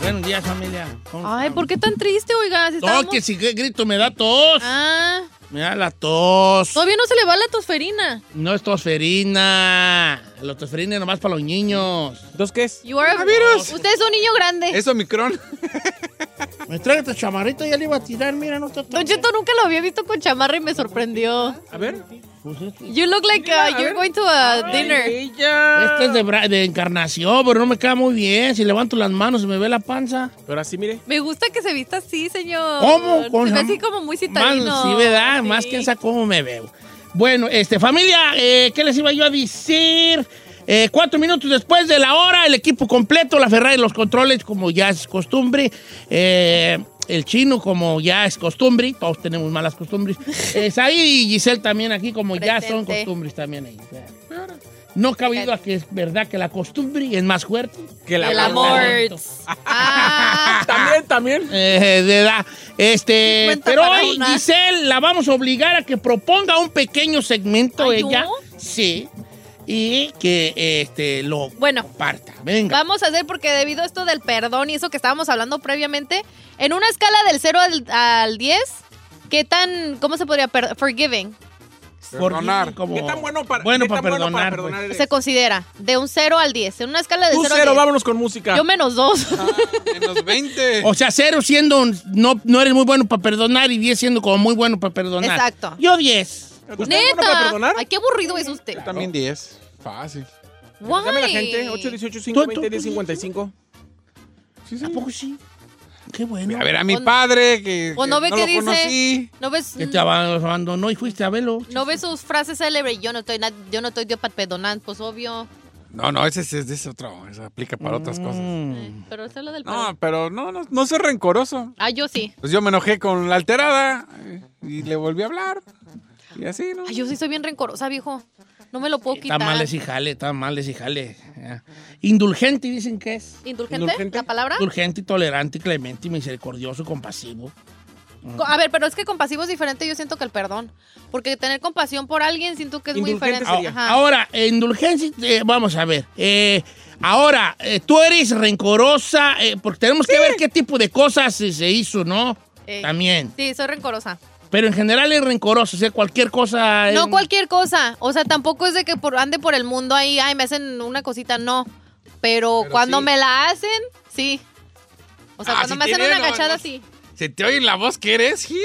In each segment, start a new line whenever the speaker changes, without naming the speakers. Buenos días, familia. ¿Cómo
Ay,
estamos?
¿por qué tan triste, oiga? Si
No,
estábamos-
que si qué grito me da tos.
Ah,
Me da la tos.
todavía no se le va la tosferina.
No es tosferina. La tosferina es nomás para los niños.
¿Dos qué es?
You are
Ah,
a Usted es un niño grande.
¿Es Omicron?
Me trae tu chamarrito, ya le iba a tirar, mira, no está
Don Cheto nunca lo había visto con chamarra y me sorprendió.
A ver.
Pues
You look like uh, you're going to a dinner.
Este es de, bra- de encarnación, pero no me queda muy bien. Si levanto las manos, se me ve la panza.
Pero así, mire.
Me gusta que se vista así, señor.
¿Cómo? Con
se ve
la-
Pues así como muy
Más,
citadino.
sí, ¿verdad?
Sí.
Más que esa, ¿cómo me veo? Bueno, este, familia, eh, ¿qué les iba yo a decir? Eh, cuatro minutos después de la hora, el equipo completo, la Ferrari, los controles, como ya es costumbre. eh, el chino, como ya es costumbre, todos tenemos malas costumbres. Es ahí y Giselle también aquí, como ya son
Presente.
costumbres también ahí. No cabido a que es verdad que la costumbre es más fuerte.
Que
El
amor.
amor. Ah,
También, también.
Eh, de edad. Este,
50
pero
para
hoy
una.
Giselle la vamos a obligar a que proponga un pequeño segmento
Ay,
ella.
¿no?
Sí. Y que este lo
Bueno.
comparta. Venga.
Vamos a hacer, porque debido a esto del perdón y eso que estábamos hablando previamente, en una escala del 0 al, al 10, ¿qué tan, cómo se podría, per- forgiving,
Por- como-
¿Qué tan bueno para,
bueno
qué
para
tan bueno
perdonar?
para perdonar eres?
se considera? De un 0 al 10, en una escala de
Tú
0
cero,
al 10.
vámonos con música.
Yo menos 2.
Menos 20.
pues. O sea, cero siendo un- no, no eres muy bueno para perdonar y 10 siendo como muy bueno para perdonar.
Exacto.
Yo 10.
¿Usted es
Neta.
bueno para perdonar?
Ay, qué aburrido es usted.
También 10. Fácil.
Why?
Llame Pues, la gente. 8, 18,
Tú-
5,
tú-
20, 10, 55.
¿A poco sí? Qué bueno.
A ver, a mi
O-
padre
o
que, que
Pues, no ve que
lo
dice-
conocí.
¿No ves,
Que te abandonó y fuiste a verlo.
no ves sus frases célebres? Yo no estoy, na- yo no estoy Dios para perdonar, pues obvio.
No, no, ese es, ese es otro. Eso aplica para otras cosas.
Mm.
Eh, Pero eso es lo del perdón.
No, pues. pero no, no, no soy rencoroso.
Ah, yo sí.
Pues yo me enojé con la alterada eh, y le volví a hablar. Y así, ¿no?
Ay, yo sí soy bien rencorosa, viejo. No me lo puedo
Está
quitar.
mal y jale, está mal y jale. Ah. Indulgente dicen que es.
¿Indulgente?
¿Indulgente?
¿La palabra?
Urgente y tolerante, y clemente y misericordioso y compasivo.
Co- A ver, pero es que compasivo es diferente, yo siento que el perdón. Porque tener compasión por alguien siento que es muy
Indulgente
diferente.
sería.
Ajá.
Ahora, eh, indulgencia, eh, vamos a ver. eh, ahora, eh, tú eres rencorosa, eh, porque tenemos que ver qué tipo de cosas eh, se hizo, ¿no?
Eh,
También.
Sí, soy rencorosa.
Pero en general es rencoroso, o sea, cualquier cosa. es-
No cualquier cosa. O sea, tampoco es de que por, ande por el mundo ahí, ay, me hacen una cosita, no. Pero, cuando me la hacen, sí. O sea,
Ah,
cuando
sí
me hacen
tiene,
una
no,
agachada,
no.
sí.
Se te oye en la voz que eres. hijo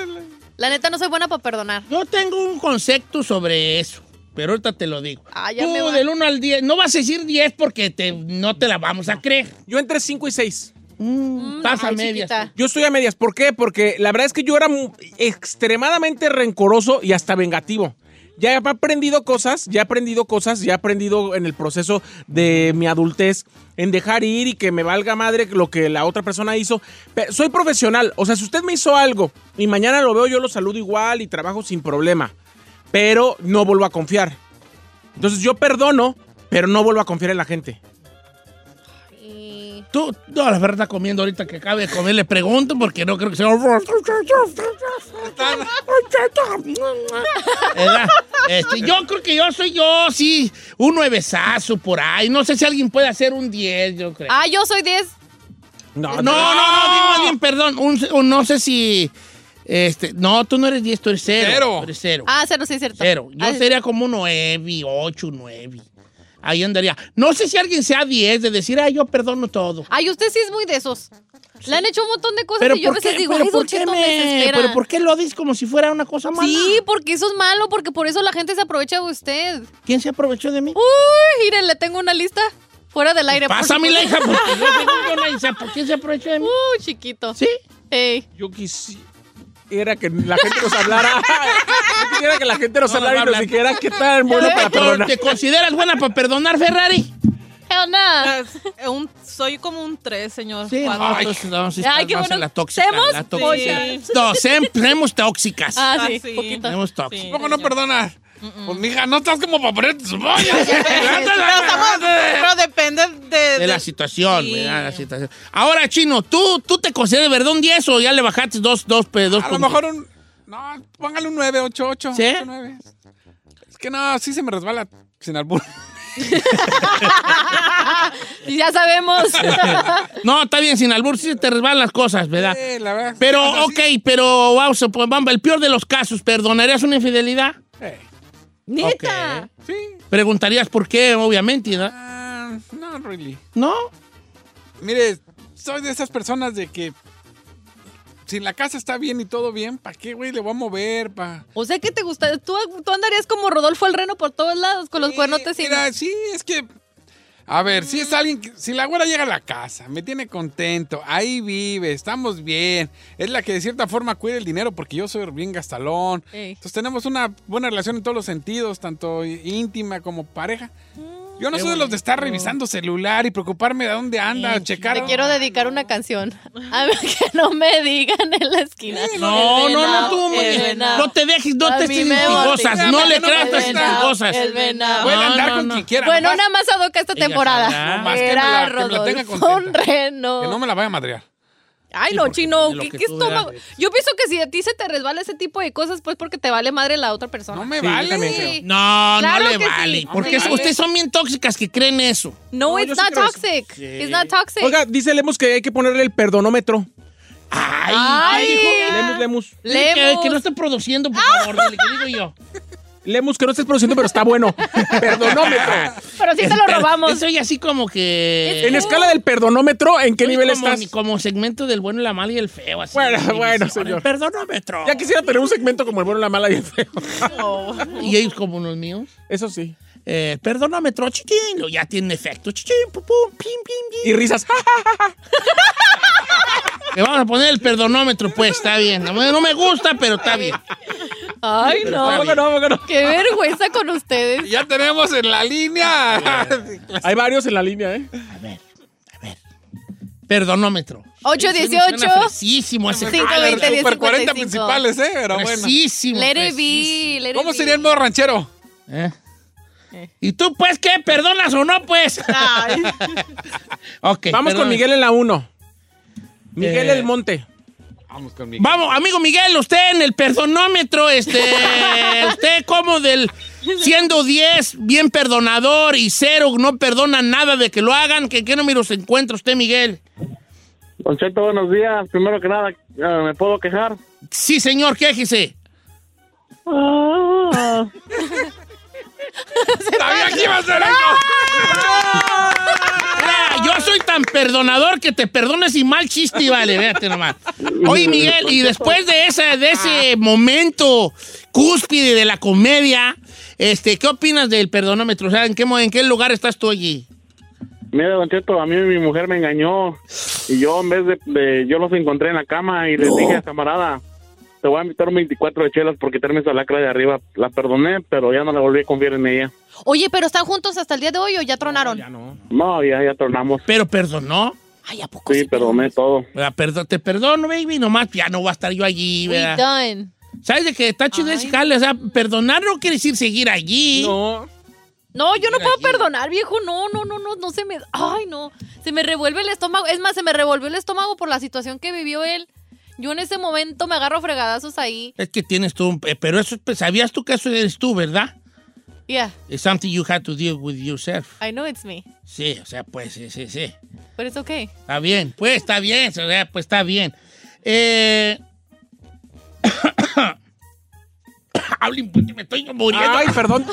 de la-
La neta no soy buena para perdonar.
Yo tengo un concepto sobre eso, pero ahorita te lo digo.
Ah, ya
tú
me va.
del 1 al 10, no vas a decir 10 porque te, no te la vamos a creer.
Yo entre 5 y 6.
Mm, Pasa
ay,
medias.
chiquita.
Yo estoy a medias. ¿Por qué? Porque la verdad es que yo era mu- extremadamente rencoroso y hasta vengativo. Ya he aprendido cosas, ya he aprendido cosas, ya he aprendido en el proceso de mi adultez en dejar ir y que me valga madre lo que la otra persona hizo. Pe- soy profesional, o sea, si usted me hizo algo y mañana lo veo, yo lo saludo igual y trabajo sin problema, pero no vuelvo a confiar. Entonces yo perdono, pero no vuelvo a confiar en la gente.
pues.
Y-
Tú, no, la verdad está comiendo ahorita que acabe de comer, le pregunto porque no creo que sea. ¿Verdad? Este, yo creo que yo soy yo, sí, un nuevezazo por ahí. No sé si alguien puede hacer un 10, yo creo.
Ah, yo soy 10.
no, no, no, digo más bien, perdón. Un, un- no sé si. Este, no, tú no eres 10, tú eres 0.
Cero.
Tú eres 0.
Ah, cero, sí, es cierto.
Cero. Yo
Ah,
sería como un 9, 8, 9. ahí andaría. No sé si alguien sea 10 de decir, ay, yo perdono todo.
Ay, usted sí es muy de esos. Le han hecho un montón de cosas
Pero
y yo a
¿por
veces
qué,
digo,
pero
ay,
por
Don
qué
Cheto, me
me-
desespera.
pero por qué lo dices como si fuera una cosa mala?
Sí, porque eso es malo, porque por eso la gente se aprovecha de usted.
¿Quién se aprovechó de mí?
Uy, miren, le tengo una lista fuera del aire. Uh, por
Pásame la hija,
supuesto. Uh.
porque yo tengo un don ahí, ¿sabes ¿por qué se aprovechó de mí?
Uy, chiquito.
Sí.
Ey.
Yo quisiera que la gente nos hablara. Yo quisiera que la gente nos
No, no
hablara
va a
y nos
hablar.
dijera qué tan bueno
Ya
para
ves.
perdonar.
¿Te consideras buena para perdonar, Ferrari?
Hell nah.
Eh, un- soy como un 3, señor.
Sí.
cuando-
Ay, no, sí,
Ay,
estás
qué
más en
bueno.
la tóxica.
Seamos
la tóxica.
pochas.
No, sem- semos tóxicas.
Ah,
Ah,
sí,
sí.
poquito.
Semos tóxicas.
Sí.
¿Cómo no perdonas? Pues, mija, no estás como para ponerte tus moñas.
Pero, estamos- pero depende de,
De la situación,
Sí.
¿verdad? La situación. Ahora, Chino, ¿tú, tú te consideras de verdad un 10 o ya le bajaste dos, dos, pe- dos
A lo
puntos?
mejor un. No, póngale un 9, 8, 8.
¿Sí?
9. Es que no, sí se me resbala sin albur.
Y ya sabemos.
No, está bien, sin albur sí te resbalan las cosas, ¿verdad?
Sí, la verdad.
Pero,
O sea,
ok, pero, vamos, pues, Bamba, el peor de los casos, ¿perdonarías una infidelidad?
Sí. eh,
Neta.
sí.
Preguntarías por qué, obviamente, ¿no?
Ah, no, really.
¿No?
Mire, soy de esas personas de que. Si la casa está bien y todo bien, ¿para qué, güey? Le voy a mover, pa.
O sea que te gusta. Tú, tú andarías como Rodolfo el Reno por todos lados con los
Sí,
cuernotes y.
Mira, sí, es que. A ver, si es alguien que- Si la güera llega a la casa, me tiene contento, ahí vive, estamos bien. Es la que de cierta forma cuida el dinero porque yo soy bien gastalón.
Ey.
Entonces tenemos una buena relación en todos los sentidos, tanto íntima como pareja. Yo no
Qué
soy de los de estar revisando celular y preocuparme de dónde anda, checar.
Te quiero dedicar una canción. A ver, que no me digan en la esquina.
No,
El
no, no,
venado,
tú,
el
mujer,
venado.
no te dejes, no
A
te
mí
eches
me
cosas,
voltean.
no le
No me
creas
voltean.
estas cosas.
El venado.
Pueden
No,
andar
no,
con
no.
quien quiera.
Bueno,
nomás
nada más adoca esta
Ella sabrá.
temporada.
Nomás
que me
Era
la- que me la tenga
Rodolfo un
contenta.
reno.
Que no me la vaya a madrear.
Ay,
Sí,
no,
porque
chino,
de lo
¿qué,
que
qué
tú
estómago?
veas.
Yo pienso que si a ti se te resbala ese tipo de cosas, pues porque te vale madre la otra persona.
No me
Sí, yo también creo.
vale.
No,
Claro
no le
que sí.
vale.
No
Porque
me vale.
ustedes son bien tóxicas que creen eso.
No,
No,
it's
yo sí
not
creo eso.
toxic.
Sí.
It's not toxic.
Oiga, dice Lemus que hay que ponerle el perdonómetro.
Ay,
Ay,
¿qué dijo?
ya.
Lemus, Lemus.
Dile Que,
Lemus.
que no esté produciendo, por
Ah.
favor, dile que digo yo.
Lemus, que no estés produciendo, pero está bueno. perdonómetro.
Pero sí te lo
Pero
robamos.
Eso ya así como que...
En escala del perdonómetro, ¿en qué
Oye,
nivel
como,
estás?
Como segmento del bueno, la mala y el feo. Así,
Bueno,
de
bueno,
división,
señor.
el Perdonómetro.
Ya quisiera tener un segmento como el bueno, la mala y el feo.
Y ellos como los míos.
Eso sí.
Eh, perdonómetro, chiquín. lo- Ya tiene efecto. Chiquín, pum, pum, pim, pim, pim.
Y risas.
Le vamos a poner el perdonómetro, pues, está bien. No, me- no me gusta, pero está bien.
Ay, no.
Vámonos, vámonos.
Qué vergüenza con ustedes.
Ya tenemos en la línea.
Hay varios en la línea, ¿eh?
A ver, a ver. Perdonómetro. Suena
818.
fresísimo ese
Cinco,
jale,
veinte, diez.
Super 40
55.
principales, ¿eh? Pero bueno.
Fresísimo,
Let it
fresísimo.
be. let it
¿Cómo
be.
sería el modo ranchero?
¿Eh? ¿Y tú, pues, qué? ¿Perdonas o no, pues?
Ay.
Ok,
Vamos
perdón.
con Miguel en la 1. Miguel
Eh,
El Monte.
Vamos con Miguel.
Vamos, amigo Miguel, usted en el perdonómetro, este, usted como del siendo 10, bien perdonador y cero, no perdona nada de que lo hagan, que qué número se encuentra usted, Miguel?
Don Cheto, buenos días. Primero que nada, eh, ¿me puedo quejar?
Sí, señor, quéjese.
Sabía que iba a ser
Ah, yo soy tan perdonador que te perdones y mal chiste, vale, véate nomás. Oye, Miguel, y después de, esa, de ese momento cúspide de la comedia, este, ¿qué opinas del perdonómetro? O sea, ¿en qué, mo- en qué lugar estás tú allí?
Mira, Don Cheto, a mí mi mujer me engañó y yo en vez de, de- yo los encontré en la cama y les dije a camarada, te voy a invitar un 24 de chelas por quitarme esa lacra de arriba. La perdoné, pero ya no le volví a confiar en ella.
Oye, pero están juntos hasta el día de hoy o ya tronaron.
No, ya, ya tornamos.
Pero perdonó.
Ay, ¿a poco
Sí,
sí?
perdoné todo.
¿verdad? Perdón, Ah, te perdono, baby, nomás ya no va a estar yo allí,
We
¿verdad?
done.
¿Sabes de que está chido ese jale? O sea, perdonar no quiere decir seguir allí.
No.
No, yo no
Mira
puedo
aquí.
perdonar, viejo. No, no, no, no, no se me. Ay, no. Se me revuelve el estómago. Es más, se me revolvió el estómago por la situación que vivió él. Yo en ese momento me agarro fregadazos ahí.
Es que tienes tú, un- eh, pero eso, pues, sabías tú que eso eres tú, ¿verdad?
Yeah,
It's something you had to deal with yourself.
I know it's me.
Sí, o sea, pues, sí, sí, sí.
Pero it's okay.
Está bien, pues, está bien, o sea, pues, está bien. Eh... Hablen, porque me estoy muriendo.
Ay, perdón.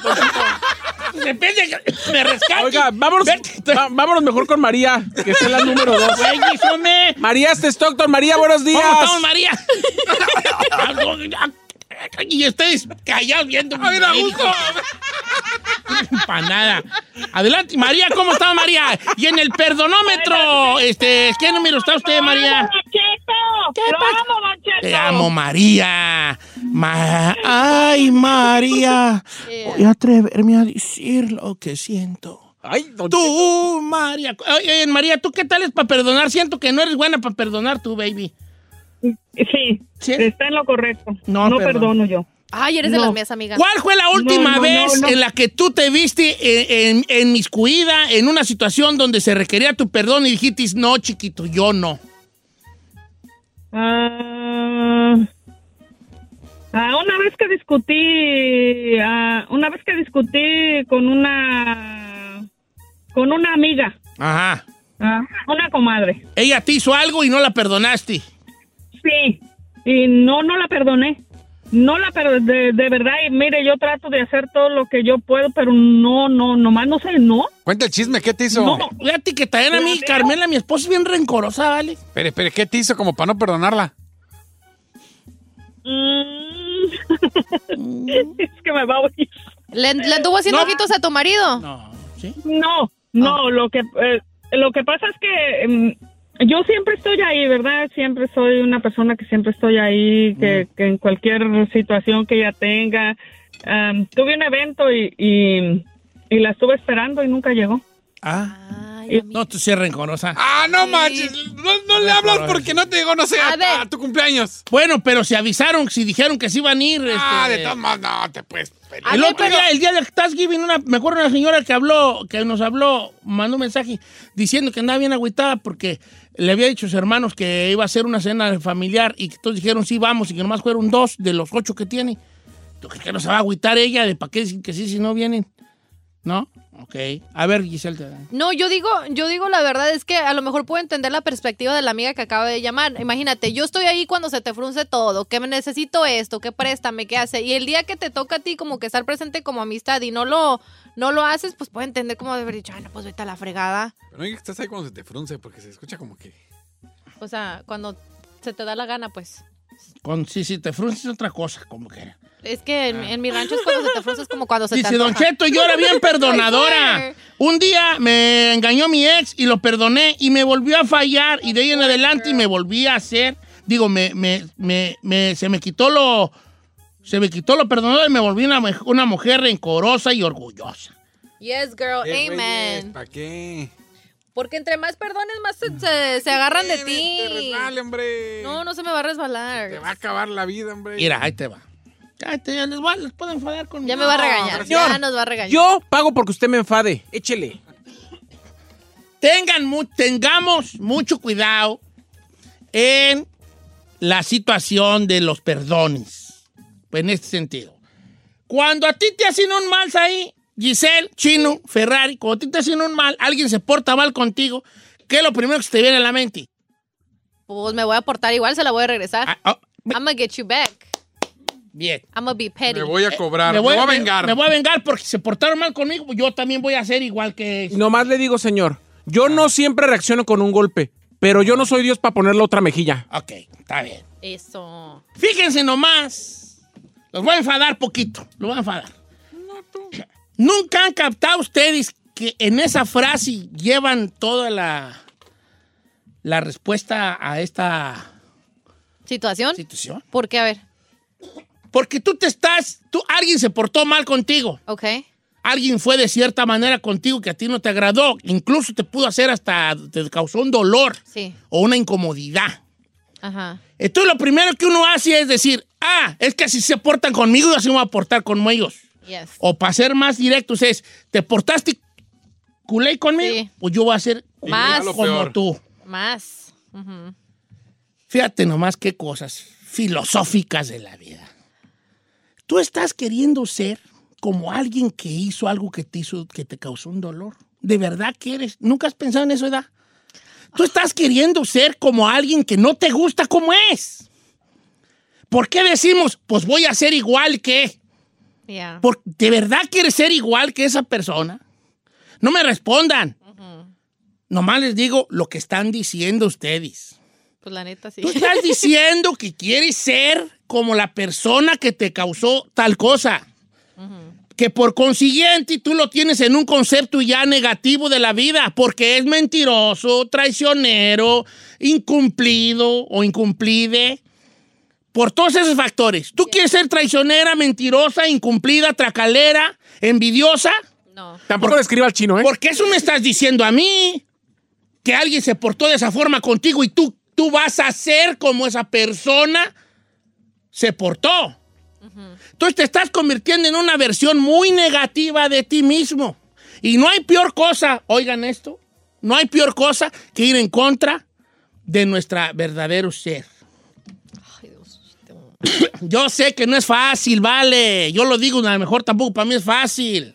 Depende que me rescate.
Oiga, vámonos,
Vete.
va- vámonos mejor con María, que es la número dos.
Güey, dígame.
María este Stockton, María, buenos días.
¿Cómo estamos, María? y ustedes callados viendo.
Ay, era gusto.
Para nada. Adelante, María, ¿cómo está María? Y en el perdonómetro, este, ¿qué número está usted, María? ¿Qué pasa? Te amo, María. Ma- Ay, María. Voy a atreverme a decir lo que siento.
Ay, don Cheto.
Tú, María. Oye, María, ¿tú qué tal es para perdonar? Siento que no eres buena para perdonar tú, baby.
Sí,
¿Sí?
está en lo correcto.
No,
No,
perdón.
perdono yo.
Ay, eres de
No.
las mías, amiga.
¿Cuál fue la última
No, no,
vez
no, no.
en la que tú te viste eh, en, en, enmiscuida en una situación donde se requería tu perdón y dijiste, no, chiquito, yo no?
Ah, ah, una vez que discutí, ah, una vez que discutí con una, con una amiga,
Ajá.
ah, una comadre.
Ella te hizo algo y no la perdonaste.
Sí, y no, no la perdoné. No la perdoné, de, de verdad, y mire, yo trato de hacer todo lo que yo puedo, pero no, no, nomás no sé, no.
Cuenta el chisme, ¿qué te hizo?
No, fíjate que también a mí,
Pero-
Carmela, mi esposa es bien rencorosa, ¿vale?
Espere, espere, ¿qué te hizo como para no perdonarla?
Mm. es que me va a oír.
¿Le, le anduvo haciendo
No.
ojitos a tu marido?
No, ¿sí?
No, no,
Ah.
lo que eh, lo que pasa es que mm, yo siempre estoy ahí, ¿verdad? Siempre soy una persona que siempre estoy ahí, que,
Mm.
que en cualquier situación que ella tenga. Am, tuve un evento y, y, y la estuve esperando y nunca llegó.
Ah.
Ay, amiga.
No, tú sí eres rencorosa.
Ah, no
Sí.
manches. No, no le hablas porque no te digo, no sé,
A
a,
ver.
a tu cumpleaños.
Bueno, pero se avisaron, si dijeron que sí iban a ir.
Ah,
este,
de todas maneras, no te puedes pelear.
A
El
ver,
otro
pero-
día, el día del Thanksgiving, una, me acuerdo una señora que habló, que nos habló, mandó un mensaje diciendo que andaba bien agüitada porque le había dicho a sus hermanos que iba a hacer una cena familiar y que todos dijeron sí vamos y que nomás fueron dos de los ocho que tiene. ¿Tú crees que no se va a agüitar ella? ¿De para qué dicen que sí si no vienen? ¿No? Ok. A ver, Giselle. te-
No, yo digo, yo digo la verdad es que a lo mejor puedo entender la perspectiva de la amiga que acaba de llamar. Imagínate, yo estoy ahí cuando se te frunce todo, que me necesito esto, que préstame, que hace. Y el día que te toca a ti como que estar presente como amistad y no lo, no lo haces, pues puedo entender como de haber dicho, ay no, pues vete a la fregada.
Pero no digas que estás ahí cuando se te frunce porque se escucha como que.
O sea, cuando se te da la gana, pues.
Con, sí, sí, te frunces otra cosa, como que.
Es que en, en mi rancho es cuando se te frunce, es como cuando se te
Dice Ah. Don
antoja.
Cheto, yo era bien perdonadora.
Ay,
Un día me engañó mi ex y lo perdoné y me volvió a fallar y de
Oh,
ahí en adelante me volví a hacer, digo, me, me, me, me- se me quitó lo, se me quitó lo perdonado y me volví una, mej- una mujer rencorosa y orgullosa.
Yes, girl, amen.
¿Para qué?
Porque entre más perdones, más se, se- se agarran de
Eh, Te
ti.
resbale, hombre.
No, no se me va a
Te
resbalar.
va a acabar la vida, hombre.
Mira, ahí te va. Ahí te, les, voy a- les puedo enfadar con
Ya me va a regañar.
señor.
Ya nos va a regañar.
Yo pago porque usted me enfade. Échele.
tengan mu- tengamos mucho cuidado en la situación de los perdones. Pues en este sentido. Cuando a ti te hacen un mal, ahí, Giselle, Chino, Ferrari, cuando a ti te hacen un mal, alguien se porta mal contigo, ¿qué es lo primero que se te viene a la mente?
Pues me voy a portar igual, se la voy a regresar.
Ah, ah,
I'm gonna get you back.
bien.
I'm gonna be petty.
Me voy a cobrar,
Me voy,
a vengar.
Me, voy a vengar porque se portaron mal conmigo, pues yo también voy a hacer igual que...
Nomás le digo, señor, yo no siempre reacciono con un golpe, pero yo no soy Dios para ponerle otra mejilla.
Ok, está bien.
Eso.
Fíjense nomás. Los voy a enfadar poquito. Los voy a enfadar. Nunca han captado ustedes que en esa frase llevan toda la, la respuesta a esta
¿Situación?
situación.
¿Por qué? A ver.
Porque tú te estás, tú, alguien se portó mal contigo.
Ok.
Alguien fue de cierta manera contigo que a ti no te agradó. Incluso te pudo hacer hasta, te causó un dolor
Sí.
o una incomodidad.
Ajá.
Entonces lo primero que uno hace es decir, ah, es que así se portan conmigo y así me voy a portar con ellos.
Yes.
O para ser más directos es, te portaste culé conmigo,
Sí.
pues yo voy a ser
Más.
culé como
Peor.
tú.
Más. Ujú.
Fíjate nomás qué cosas filosóficas de la vida. Tú estás queriendo ser como alguien que hizo algo que te hizo, que te causó un dolor. ¿De verdad quieres? ¿Nunca has pensado en eso, edad? Tú estás queriendo ser como alguien que no te gusta como es. ¿Por qué decimos, pues voy a ser igual que?
Ya.
¿Por- ¿De verdad quieres ser igual que esa persona? No me respondan. Nomás les digo lo que están diciendo ustedes.
Pues la neta sí.
Tú estás diciendo que quieres ser como la persona que te causó tal cosa. Que por consiguiente tú lo tienes en un concepto ya negativo de la vida, porque es mentiroso, traicionero, incumplido o incumplide. Por todos esos factores. ¿Tú quieres ser traicionera, mentirosa, incumplida, tracalera, envidiosa?
No.
Tampoco le escriba al chino, ¿eh?
¿Por qué eso me estás diciendo a mí? Que alguien se portó de esa forma contigo y tú, tú vas a ser como esa persona se portó. Entonces te estás convirtiendo en una versión muy negativa de ti mismo. Y no hay peor cosa, oigan esto, no hay peor cosa que ir en contra de nuestra verdadero ser.
Ay, Dios. tengo-
Yo sé que no es fácil, vale. Yo lo digo, a lo mejor tampoco para mí es fácil.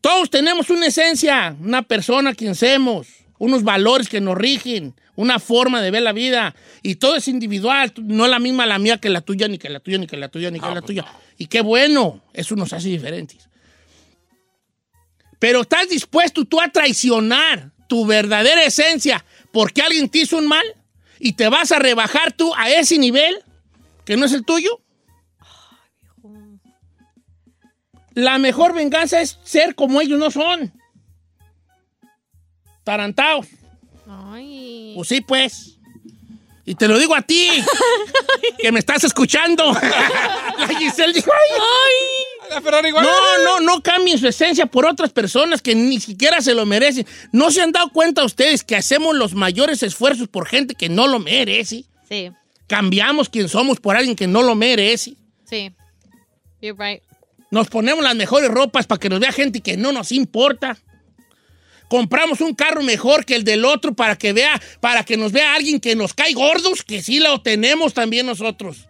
Todos tenemos una esencia, una persona quien seamos, unos valores que nos rigen, una forma de ver la vida. Y todo es individual, no es la misma la mía que la tuya, ni que la tuya, ni que la tuya, ni que la tuya. Y qué bueno, eso nos hace diferentes. Pero estás dispuesto tú a traicionar tu verdadera esencia porque alguien te hizo un mal y te vas a rebajar tú a ese nivel que no es el tuyo. La mejor venganza es ser como ellos no son. Tarantaos.
Ay.
Pues sí, pues. Y te lo digo a ti, que me estás escuchando. La Giselle dijo, "Ay,
La Ferrari igual.
no, no, no cambien su esencia por otras personas que ni siquiera se lo merecen. ¿No se han dado cuenta ustedes que hacemos los mayores esfuerzos por gente que no lo merece?
Sí,
Cambiamos quien somos por alguien que no lo merece.
sí. You're right.
Nos ponemos las mejores ropas para que nos vea gente que no nos importa. Compramos un carro mejor que el del otro para que vea, para que nos vea alguien que nos cae gordos, que sí lo tenemos también nosotros.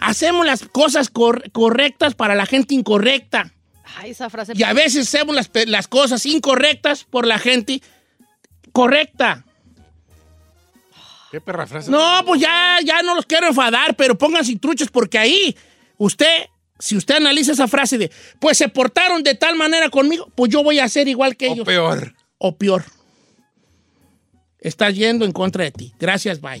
Hacemos las cosas cor- correctas para la gente incorrecta.
Ay, esa frase.
Y a veces hacemos las, pe- las cosas incorrectas por la gente correcta.
Qué perra frase.
No, pues ya, ya no los quiero enfadar, pero pónganse truchos porque ahí usted, si usted analiza esa frase de, pues se portaron de tal manera conmigo, pues yo voy a ser igual que
O
ellos.
peor.
O peor. Estás yendo en contra de ti. Gracias, bye.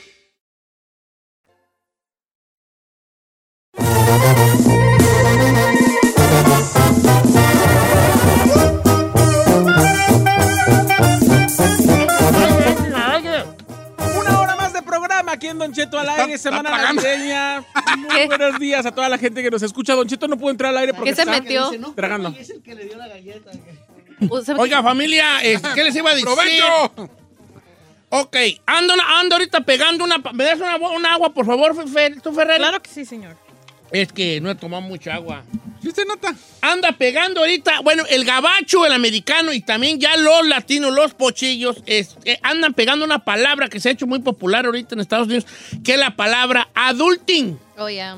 programa aquí en Don Cheto al aire, semana navideña. Muy buenos días a toda la gente que nos escucha. Don Cheto no pudo entrar al aire porque
¿Qué se
está
metió? Pues
tragando.
Oiga, familia, eh, ¿qué les iba a decir?
¡Provecho!
Ok, ando, ando ahorita pegando una... pa- ¿Me das una, bo- un agua, por favor, Fe- Fe- tú, Ferrari?
Claro que sí, señor.
Es que no he tomado mucha agua.
¿Y usted nota?
Anda pegando ahorita, bueno, el gabacho, el americano y también ya los latinos, los pochillos, es- eh, andan pegando una palabra que se ha hecho muy popular ahorita en Estados Unidos, que es la palabra adulting.
Oh, yeah.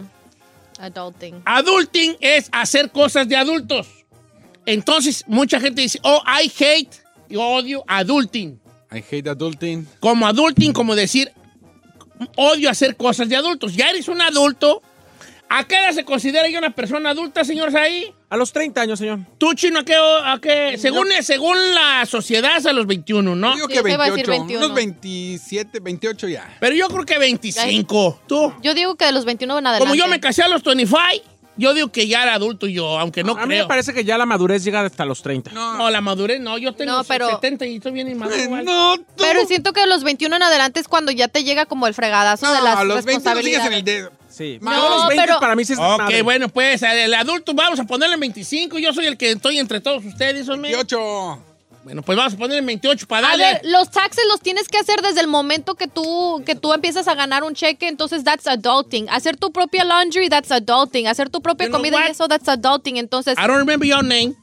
Adulting.
Adulting es hacer cosas de adultos. Entonces, mucha gente dice, oh, I hate, yo odio adulting.
I hate adulting.
Como adulting, como decir, odio hacer cosas de adultos. Ya eres un adulto. ¿A qué edad se considera ya una persona adulta, señores, ahí?
A los 30 años, señor.
Tú, chino, ¿a qué? a qué? Según, según la sociedad, es a los 21, ¿no?
Digo
Sí,
que
se iba a decir
28,
21.
unos 27, 28 ya.
Pero yo creo que 25. Tú.
Yo digo que de los 21 en adelante.
Como yo me casé a los 25, yo digo que ya era adulto yo, aunque no
a
creo.
mí me parece que ya la madurez llega hasta los 30.
No, la madurez no. Yo tengo
No, pero-
70 y estoy bien inmaduro. igual.
No, tú.
Pero siento que de los 21 en adelante es cuando ya te llega como el fregadazo de
no,
las
a los 20 no
responsabilidades.
sigues en el dedo.
Sí.
No,
Yo a los 20
pero-
para mí sí es
Ok,
madre.
bueno, pues el adulto vamos a ponerle en 25. Yo soy el que estoy entre todos ustedes, hombre.
28.
Bueno, pues vamos a ponerle en 28 para
A
darle.
ver, los taxes los tienes que hacer desde el momento que tú, que tú empiezas a ganar un cheque, entonces that's adulting. Hacer tu propia laundry, that's adulting. Hacer tu propia
You know
comida
what?
y eso, that's adulting. Entonces,
I don't remember your name.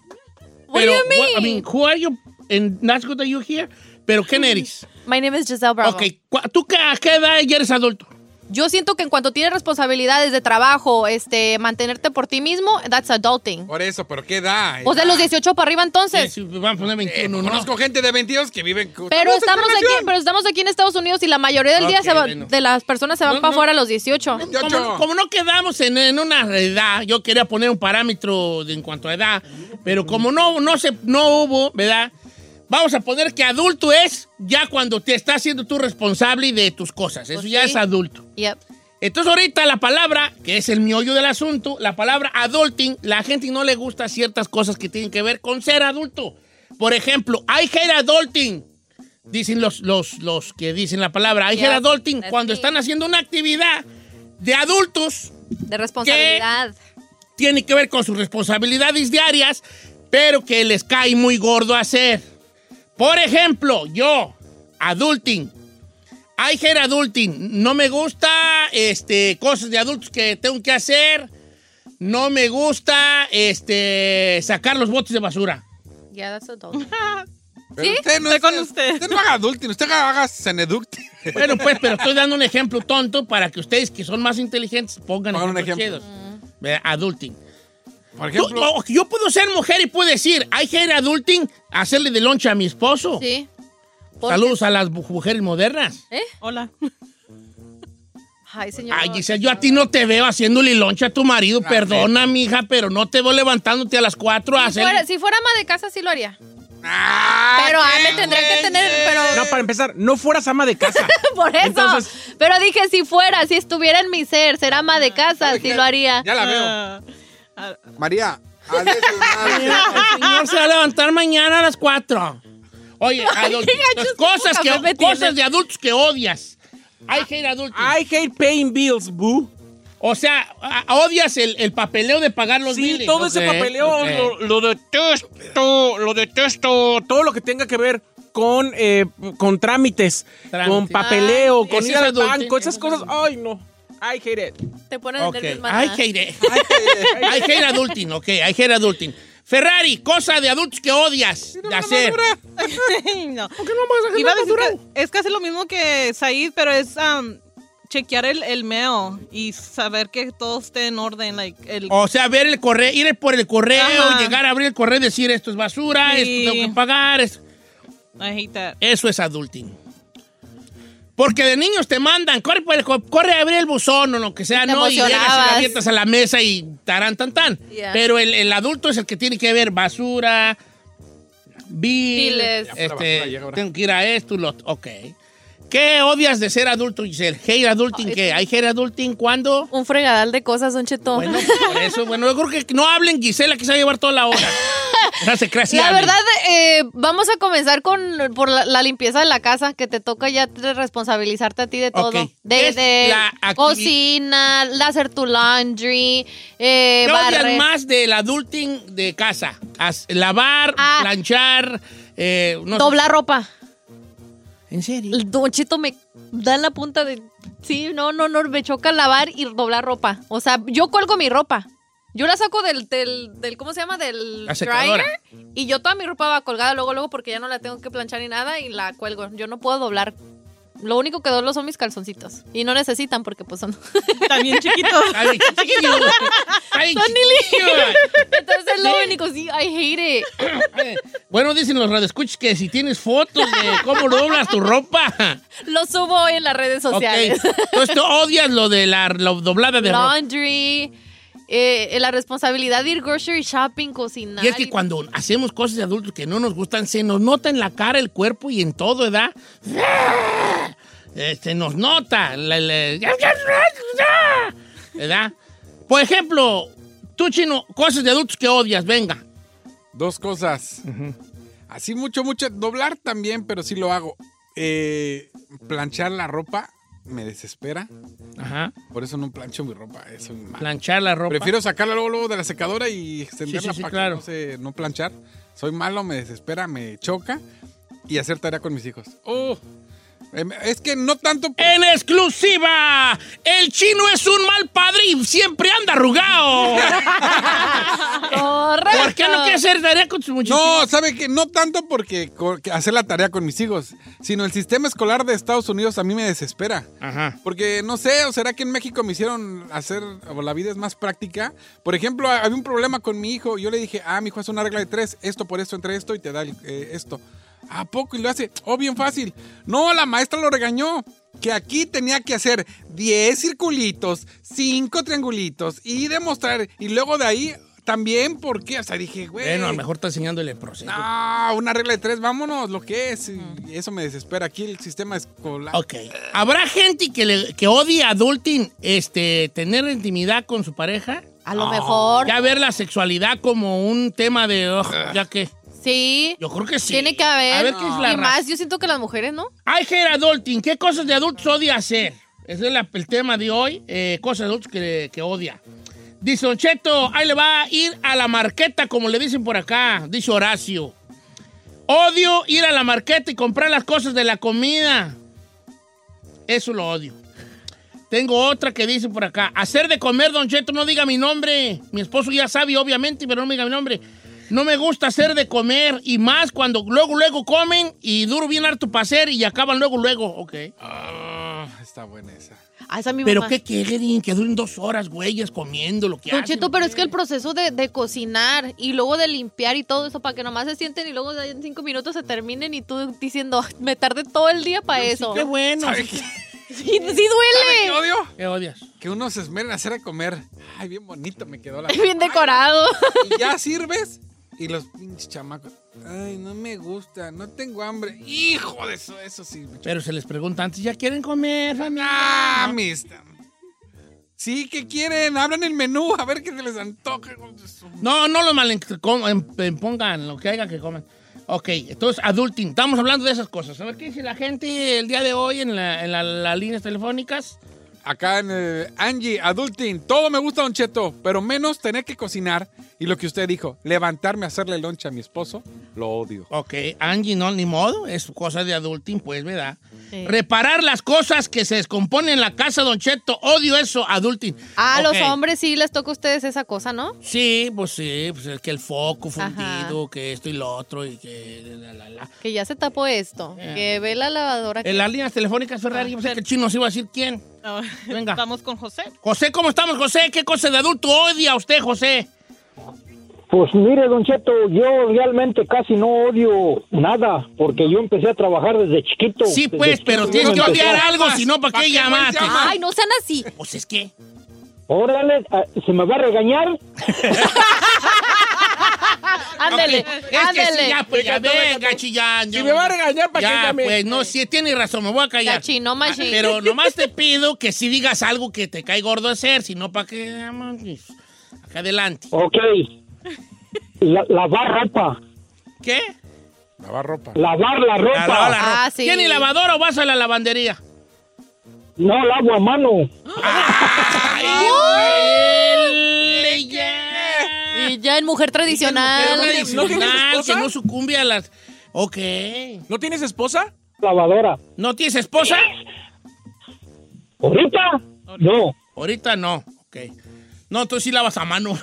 What
pero,
do you mean?
I mean, who are you? And that's good that you're here. Pero, ¿quién eres?
my name is Giselle Bravo.
Ok, cu- ¿tú qué- a qué edad ya eres adulto?
Yo siento que en cuanto tienes responsabilidades de trabajo, este, mantenerte por ti mismo, that's adulting.
Por eso, pero ¿qué da?
Pues de los 18 para arriba entonces.
Sí, sí, vamos a poner 21, Eh, ¿no?
Conozco gente de 22 que viven con.
Pero estamos aquí, pero estamos aquí en Estados Unidos y la mayoría del día
Ok,
se va-
bueno.
de las personas se van
No,
para
no.
afuera a los 18.
Como, no-
28.
como no quedamos en, en una edad, yo quería poner un parámetro de- en cuanto a edad, pero como no, no, se, no hubo, ¿verdad? Vamos a poner que adulto es ya cuando te estás siendo tú responsable de tus cosas. Eso
Pues
ya
sí.
es adulto.
Yep.
Entonces ahorita la palabra, que es el miollo del asunto, la palabra adulting, la gente no le gusta ciertas cosas que tienen que ver con ser adulto. Por ejemplo, I hate adulting, dicen los, los, los que dicen la palabra. I
Yeah,
hate adulting
that's
cuando
me.
están haciendo una actividad de adultos,
De responsabilidad.
tiene que ver con sus responsabilidades diarias, pero que les cae muy gordo hacer. Por ejemplo, yo, adulting. I hate adulting. No me gusta este, cosas de adultos que tengo que hacer. No me gusta este, sacar los botes de basura.
Yeah, that's adult.
Pero usted no
Estoy
es-
con usted.
Usted no haga adulting, usted haga, haga seneducting.
Bueno, pues, pero estoy dando un ejemplo tonto para que ustedes que son más inteligentes pongan
Pongan un
ejemplos chidos. Vea, Adulting.
Por
Tú-
ejemplo,
o- yo puedo ser mujer y puedo decir, I hate adulting, hacerle de loncha a mi esposo.
Sí. Porque- Eh,
Saludos a las bu- mujeres modernas.
Hola.
Ay, señor.
Ay, Giselle, yo a ti no te veo haciéndole loncha a tu marido, perdona, mija, pero no te veo levantándote a las 4 a
si
hacer.
fuera, si fuera ama de casa, sí lo haría.
ah,
Pero ah,
qué
me tendría que
güeyes.
tener. Pero,
No, para empezar, no fueras ama de casa.
por eso.
Entonces-
pero dije, si fuera, si estuviera en mi ser, ser ama
Ah,
de casa, sí lo haría.
Ya la veo.
Ah, ah,
María, a desayunar.
El señor se va a levantar mañana a las 4. Oye, adulto,
qué gachos,
las cosas,
cómo café
que,
me
cosas
tienes.
de adultos que odias.
Ah,
I hate adulting.
I hate paying bills, boo.
O sea, a- odias el, el papeleo de pagar los
Sí,
biles.
todo ese
Ok,
papeleo
ok.
Lo, lo detesto, lo detesto. Todo lo que tenga que ver con, eh, con trámites,
Trámites.
con papeleo,
Ay,
con
ese
ir
es
al
adulto,
banco,
ese
esas
es
cosas.
adulto.
Ay, no. I hate it.
Te ponen
Ok.
en el mismo.
I hate it. I hate adulting, ok. I hate adulting. Ferrari, cosa de adultos que odias de hacer.
no. Iba a decir que es casi lo mismo que Said, pero es um, chequear el, el mail y saber que todo esté en orden. Like, el,
O sea, ver el correo, ir por el correo,
Ajá.
llegar a abrir el correo y decir esto es basura,
Sí.
esto tengo que pagar. es-
I hate that.
Eso es adulting. Porque de niños te mandan, corre, por el- corre a abrir el buzón o lo que sea,
Y te
¿no? Y llegas y
emocionabas.
la avientas a la mesa y tarán, tan, tan.
Yeah.
Pero el, el adulto es el que tiene que ver basura, bill,
Biles.
Ya fue la basura,
este,
llega ahora.
tengo que ir a esto y lo... Ok. ¿Qué odias de ser adulto, Giselle? ¿Hate adulting qué? ¿Hay hate adulting cuándo?
Un fregadal de cosas, un chetón.
Bueno, por eso, bueno, yo creo que no hablen Gisela, que se va a llevar toda la hora. No se crea, sí
la
hablen.
verdad, eh, vamos a comenzar con por la, la limpieza de la casa, que te toca ya te- responsabilizarte a ti de todo.
Ok.
De,
Es
de
la activi-
cocina, de hacer tu laundry, eh,
¿Qué odias
barrer.
más del adulting de casa? As- lavar,
Ah.
planchar, eh, no sé.
doblar ropa.
¿En serio?
El donchito me da en la punta de... Sí, no, no, no, me choca lavar y doblar ropa. O sea, yo cuelgo mi ropa. Yo la saco del, del, del- ¿cómo se llama? Del
La secadora.
dryer. Y yo toda mi ropa va colgada luego, luego, porque ya no la tengo que planchar ni nada y la cuelgo. Yo no puedo doblar. Lo único que doblo son mis calzoncitos. Y no necesitan porque pues son...
También chiquito.
Está bien chiquillo. Está bien chiquillo.
Entonces es lo único, sí, I hate it.
Eh, Bueno, dicen los radioescuchos que si tienes fotos de cómo doblas tu ropa.
Lo subo hoy en las redes
Ok.
sociales.
Entonces tú odias lo de la, la doblada de ropa.
Laundry, eh, la responsabilidad de ir grocery shopping, cocinar.
Y es que cuando hacemos cosas de adultos que no nos gustan, se nos nota en la cara, el cuerpo y en todo, ¿verdad? Eh, se nos nota. la- la- ¿Verdad? Por ejemplo, tú, chino, cosas de adultos que odias, venga.
Dos cosas. Así mucho, mucho. Doblar también, pero sí lo hago. Eh, planchar la ropa me desespera.
Ajá.
Por eso no plancho mi ropa. Eso es malo.
Planchar la ropa.
Prefiero sacarla luego, luego de la secadora y extenderla
Sí, sí, sí,
para
claro.
que no, se- no planchar. Soy malo, me desespera, me choca. Y hacer tarea con mis hijos. Oh, em, es que no tanto... por-
En exclusiva, el chino es un mal padre y siempre anda arrugado.
Correcto.
¿Por qué no quiere hacer tarea con sus muchachos?
No, ¿sabe que No tanto porque co- que hacer la tarea con mis hijos, sino el sistema escolar de Estados Unidos a mí me desespera.
Ajá.
Porque no sé, o será que en México me hicieron hacer, o la vida es más práctica. Por ejemplo, ha- había un problema con mi hijo. Yo le dije, ah, mi hijo hace una regla de tres, esto por esto, entre esto y te da el- eh, esto. ¿A poco? Y lo hace, oh, bien fácil. No, la maestra lo regañó. Que aquí tenía que hacer 10 circulitos, 5 triangulitos y demostrar. Y luego de ahí también, ¿por qué? O sea, dije, güey.
Bueno, a lo mejor está enseñándole el proceso.
No, Ah, una regla de tres, vámonos, lo que es. Y eso me desespera. Aquí el sistema escolar.
Ok. ¿Habrá gente que, le, que odie adulting, este, tener intimidad con su pareja?
A lo mejor.
Ya ver la sexualidad como un tema de, "Ugh,
Ah.
ya que,
Sí.
yo creo que sí.
Tiene que haber.
A ver qué es la raza.
y más, yo siento que las mujeres, ¿no?
Hay hate adulting, ¿qué cosas de adultos odia hacer? Ese es la- el tema de hoy, eh, cosas de adultos que, que odia. Dice Don Cheto, ahí le va a ir a la marqueta, como le dicen por acá, dice Horacio. Odio ir a la marqueta y comprar las cosas de la comida. Eso lo odio. Tengo otra que dice por acá. Hacer de comer, don Cheto, no diga mi nombre. Mi esposo ya sabe, obviamente, pero no me diga mi nombre. No me gusta hacer de comer y más cuando luego, luego comen y duro bien harto para hacer y acaban luego, luego. Ok.
Ah, está buena esa.
Ah, esa es mi
Pero
mamá.
qué quieren, que duren dos horas, güeyes, comiendo lo que
Don
hacen.
Cheto, pero es que el proceso de, de cocinar y luego de limpiar y todo eso para que nomás se sienten y luego en cinco minutos se terminen y tú diciendo, "Ay, me tardé todo el día para eso.
Qué bueno.
¿Sabe qué,
Sí, sí
sabe qué
duele.
odio?
¿Qué odias?
Que uno se esmeren a hacer de comer. Ay, bien bonito me quedó la.
Bien decorado.
Y ya sirves. Y los pinches chamacos. Ay, no me gusta, no tengo hambre. Hijo de eso, eso sí. me ch-
Pero se les pregunta antes, ¿ya quieren comer, familia?
Ah, mis- Sí, ¿qué quieren? Abran el menú, a ver qué se les antoja. hijo de su-
No, no lo malenpongan, em, lo que haya que coman. Ok, entonces, adulting. Estamos hablando de esas cosas. A ver qué dice la gente el día de hoy en, la- en la- las líneas telefónicas.
Acá en el Angie, adulting, todo me gusta, Don Cheto, pero menos tener que cocinar. Y lo que usted dijo, levantarme a hacerle loncha a mi esposo, lo odio.
Ok, Angie, no, ni modo. Es cosa de adulting, pues, ¿verdad? Reparar las cosas que se descomponen en la casa, Don Cheto. Odio eso, adulting.
Ah,
Ok.
los hombres sí les toca a ustedes esa cosa, ¿no?
Sí, pues sí, pues es que el foco
Ajá.
fundido, que esto y lo otro, y que... la, la, la.
Que ya se tapó esto.
Yeah.
Que ve la lavadora. que-
En las líneas telefónicas,
Ah,
Ferrari, o sea, el chino se iba a decir quién.
No,
Oh,
Venga.
Estamos con José.
José, ¿cómo estamos, José? ¿Qué cosa de adulto odia usted, José?
Pues mire, don Cheto, yo realmente casi no odio nada, porque yo empecé a trabajar desde chiquito.
Sí, pues, pero tienes que odiar algo, si no, ¿para qué llamaste?
Ay, no sean así.
Pues es que.
Órale, ah, ¿se me va a regañar?
Ándele,
Ok, Es que
ándele.
sí, ya, pues, ya venga, chillando.
Si me va a regañar, ¿para qué
Ya,
llame?
pues, no, sí, tiene razón, me voy a callar.
Cachino, machín.
Ah, Pero nomás te pido que si digas algo que te cae gordo hacer, si no, ¿para qué? Acá adelante.
Ok. La- lavar ropa.
¿Qué?
Lavar ropa.
Lavar la ropa.
Lavar la ropa.
Ah, sí.
¿Tiene lavadora o vas a la lavandería?
No lavo a mano.
¡Ay, güey!
Y ya en mujer
Pero
tradicional.
¿No tienes
tradicional, Ah, que
esposa?
no sucumbe a las... Ok.
¿No tienes esposa?
Lavadora.
¿No tienes esposa?
¿Ahorita? No.
Ahorita no. Ok. No, tú sí lavas a mano.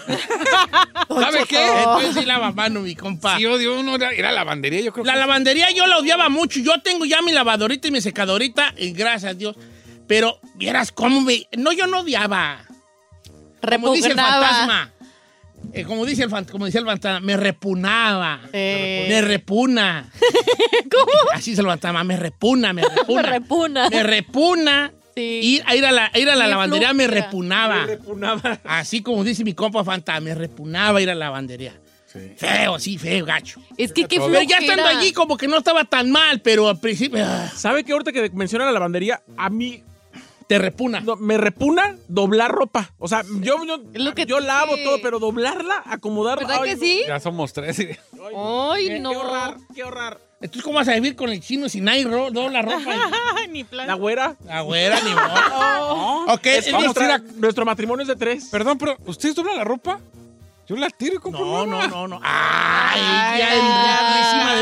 ¿Sabe qué?
Entonces sí lavas a mano, mi compa.
Si odio uno, era, era lavandería, yo creo
Ah. La
que.
lavandería yo la odiaba mucho. Yo tengo ya mi lavadorita y mi secadorita, y gracias a Dios. Pero vieras cómo me... No, yo no odiaba. Como dice el
Repugnaba.
fantasma. Eh, como, dice el fan- como dice el fantasma, me repunaba.
Eh.
Me repuna.
¿Cómo?
Así se lo fantasma, me repuna, me repuna.
Me repuna.
Me repuna.
Sí.
Ir, a ir a la, ir a la
Me
lavandería me
fluctúa.
repunaba.
Repunaba.
Así como dice mi compa fantasma, me repunaba ir a la lavandería. Feo, sí, feo, gacho.
Es que qué
Pero
flojera.
ya estando allí como que no estaba tan mal, pero al principio ah,
¿Sabe que ahorita que menciona la lavandería, a mí
te repuna.
no- me repuna doblar ropa? O sea, yo, yo,
Es lo que-
yo lavo
sí.
todo, pero doblarla, acomodarla.
¿Verdad
ay,
que
no.
sí?
Ya somos tres.
Ay,
Qué,
no.
qué horror, qué horror.
Entonces, ¿cómo vas a vivir con el chino si nadie ro- dobla ropa?
Ay, ni plan.
La güera.
La güera, ni modo. Ok,
Es
es
que
nuestra-
nuestra- nuestro matrimonio es de tres.
Perdón, pero ¿ustedes doblan la ropa? Yo la tiro con
No, no, no, no. Ay, ya enredadísima de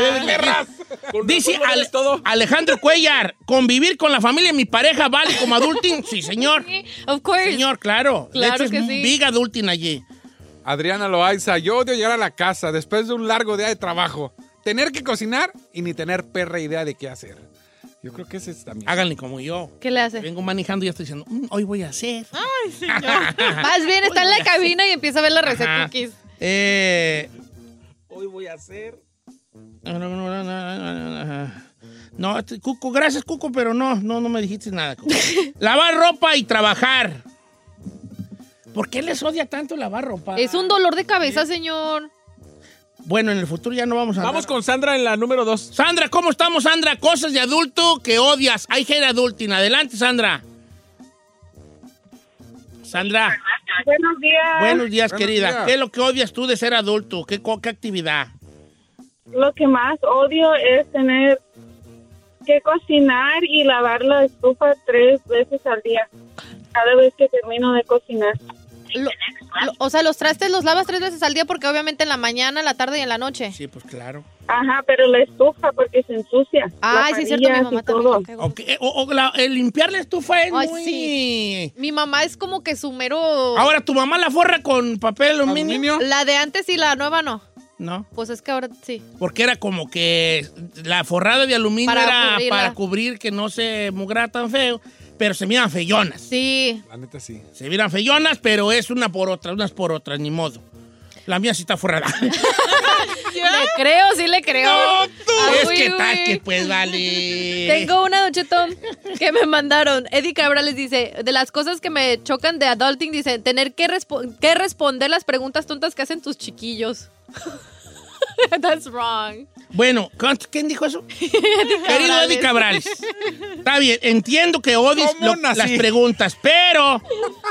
bebé. Dice
Con-
Ale-
con- todo.
Alejandro Cuellar, convivir con la familia de mi pareja vale como adulting. Sí, señor.
Of course.
Señor, claro.
pues. Claro
de hecho,
que
es
sí.
big adulting allí.
Adriana Loaiza, yo odio llegar a la casa después de un largo día de trabajo, tener que cocinar y ni tener perra idea de qué hacer. Yo creo que ese es también.
Háganle como yo.
¿Qué le hace?
Vengo manejando y ya estoy diciendo, "Mm, hoy voy a hacer.
Más bien está en la cabina y empieza a ver la receta
Ajá.
cookies.
Eh,
Hoy voy a hacer.
No, este, Cuco, gracias, Cuco, pero no, no, no me dijiste nada. Cuco. Lavar ropa y trabajar. ¿Por qué les odia tanto lavar ropa?
Es un dolor de cabeza, señor.
Bueno, en el futuro ya no vamos a.
Vamos con Sandra en la número dos.
Sandra, ¿cómo estamos, Sandra? Cosas de adulto que odias. Hay gente adulting. Adelante, Sandra. Sandra,
Buenos días.
buenos días,
Buenos
querida.
días.
¿Qué es lo que odias tú de ser adulto? ¿Qué, co- qué actividad?
Lo que más odio es tener que cocinar y lavar la estufa tres veces al día. Cada vez que termino de cocinar.
Lo- lo- o sea, los trastes los lavas tres veces al día porque obviamente en la mañana, en la tarde y en la noche.
Sí, pues claro.
Ajá, pero la estufa porque se ensucia.
Ay,
Las
sí, es cierto, mi
varillas y
mamá
todo.
también. qué
Ok, eh,
gordo.
O, o la- el limpiar la estufa es
Ay,
muy...
Mi mamá es como que su mero...
Ahora, ¿tu mamá la forra con papel aluminio?
¿Aluminio?
La de antes y la nueva no.
No,
Pues es que ahora sí.
porque era como que la forrada de aluminio
Para
era
cubrirla.
para cubrir que no se mugrara tan feo, pero se miran feyonas.
Sí.
La neta sí.
Se miran feyonas, pero es una por otra, unas por otras, ni modo. La mía sí está forrada.
Le creo, sí le creo. Ay,
es
uy,
que
uy.
tal que pues vale.
Tengo una, Don Cheto, que me mandaron. Eddie Cabral les dice, de las cosas que me chocan de adulting, dice, tener que, respo- que responder las preguntas tontas que hacen tus chiquillos. That's wrong.
Bueno, ¿cuánto- ¿quién dijo eso? Querido Eddie Cabrales. Está bien, entiendo que odies
¿Cómo
lo-
nací?
las preguntas, pero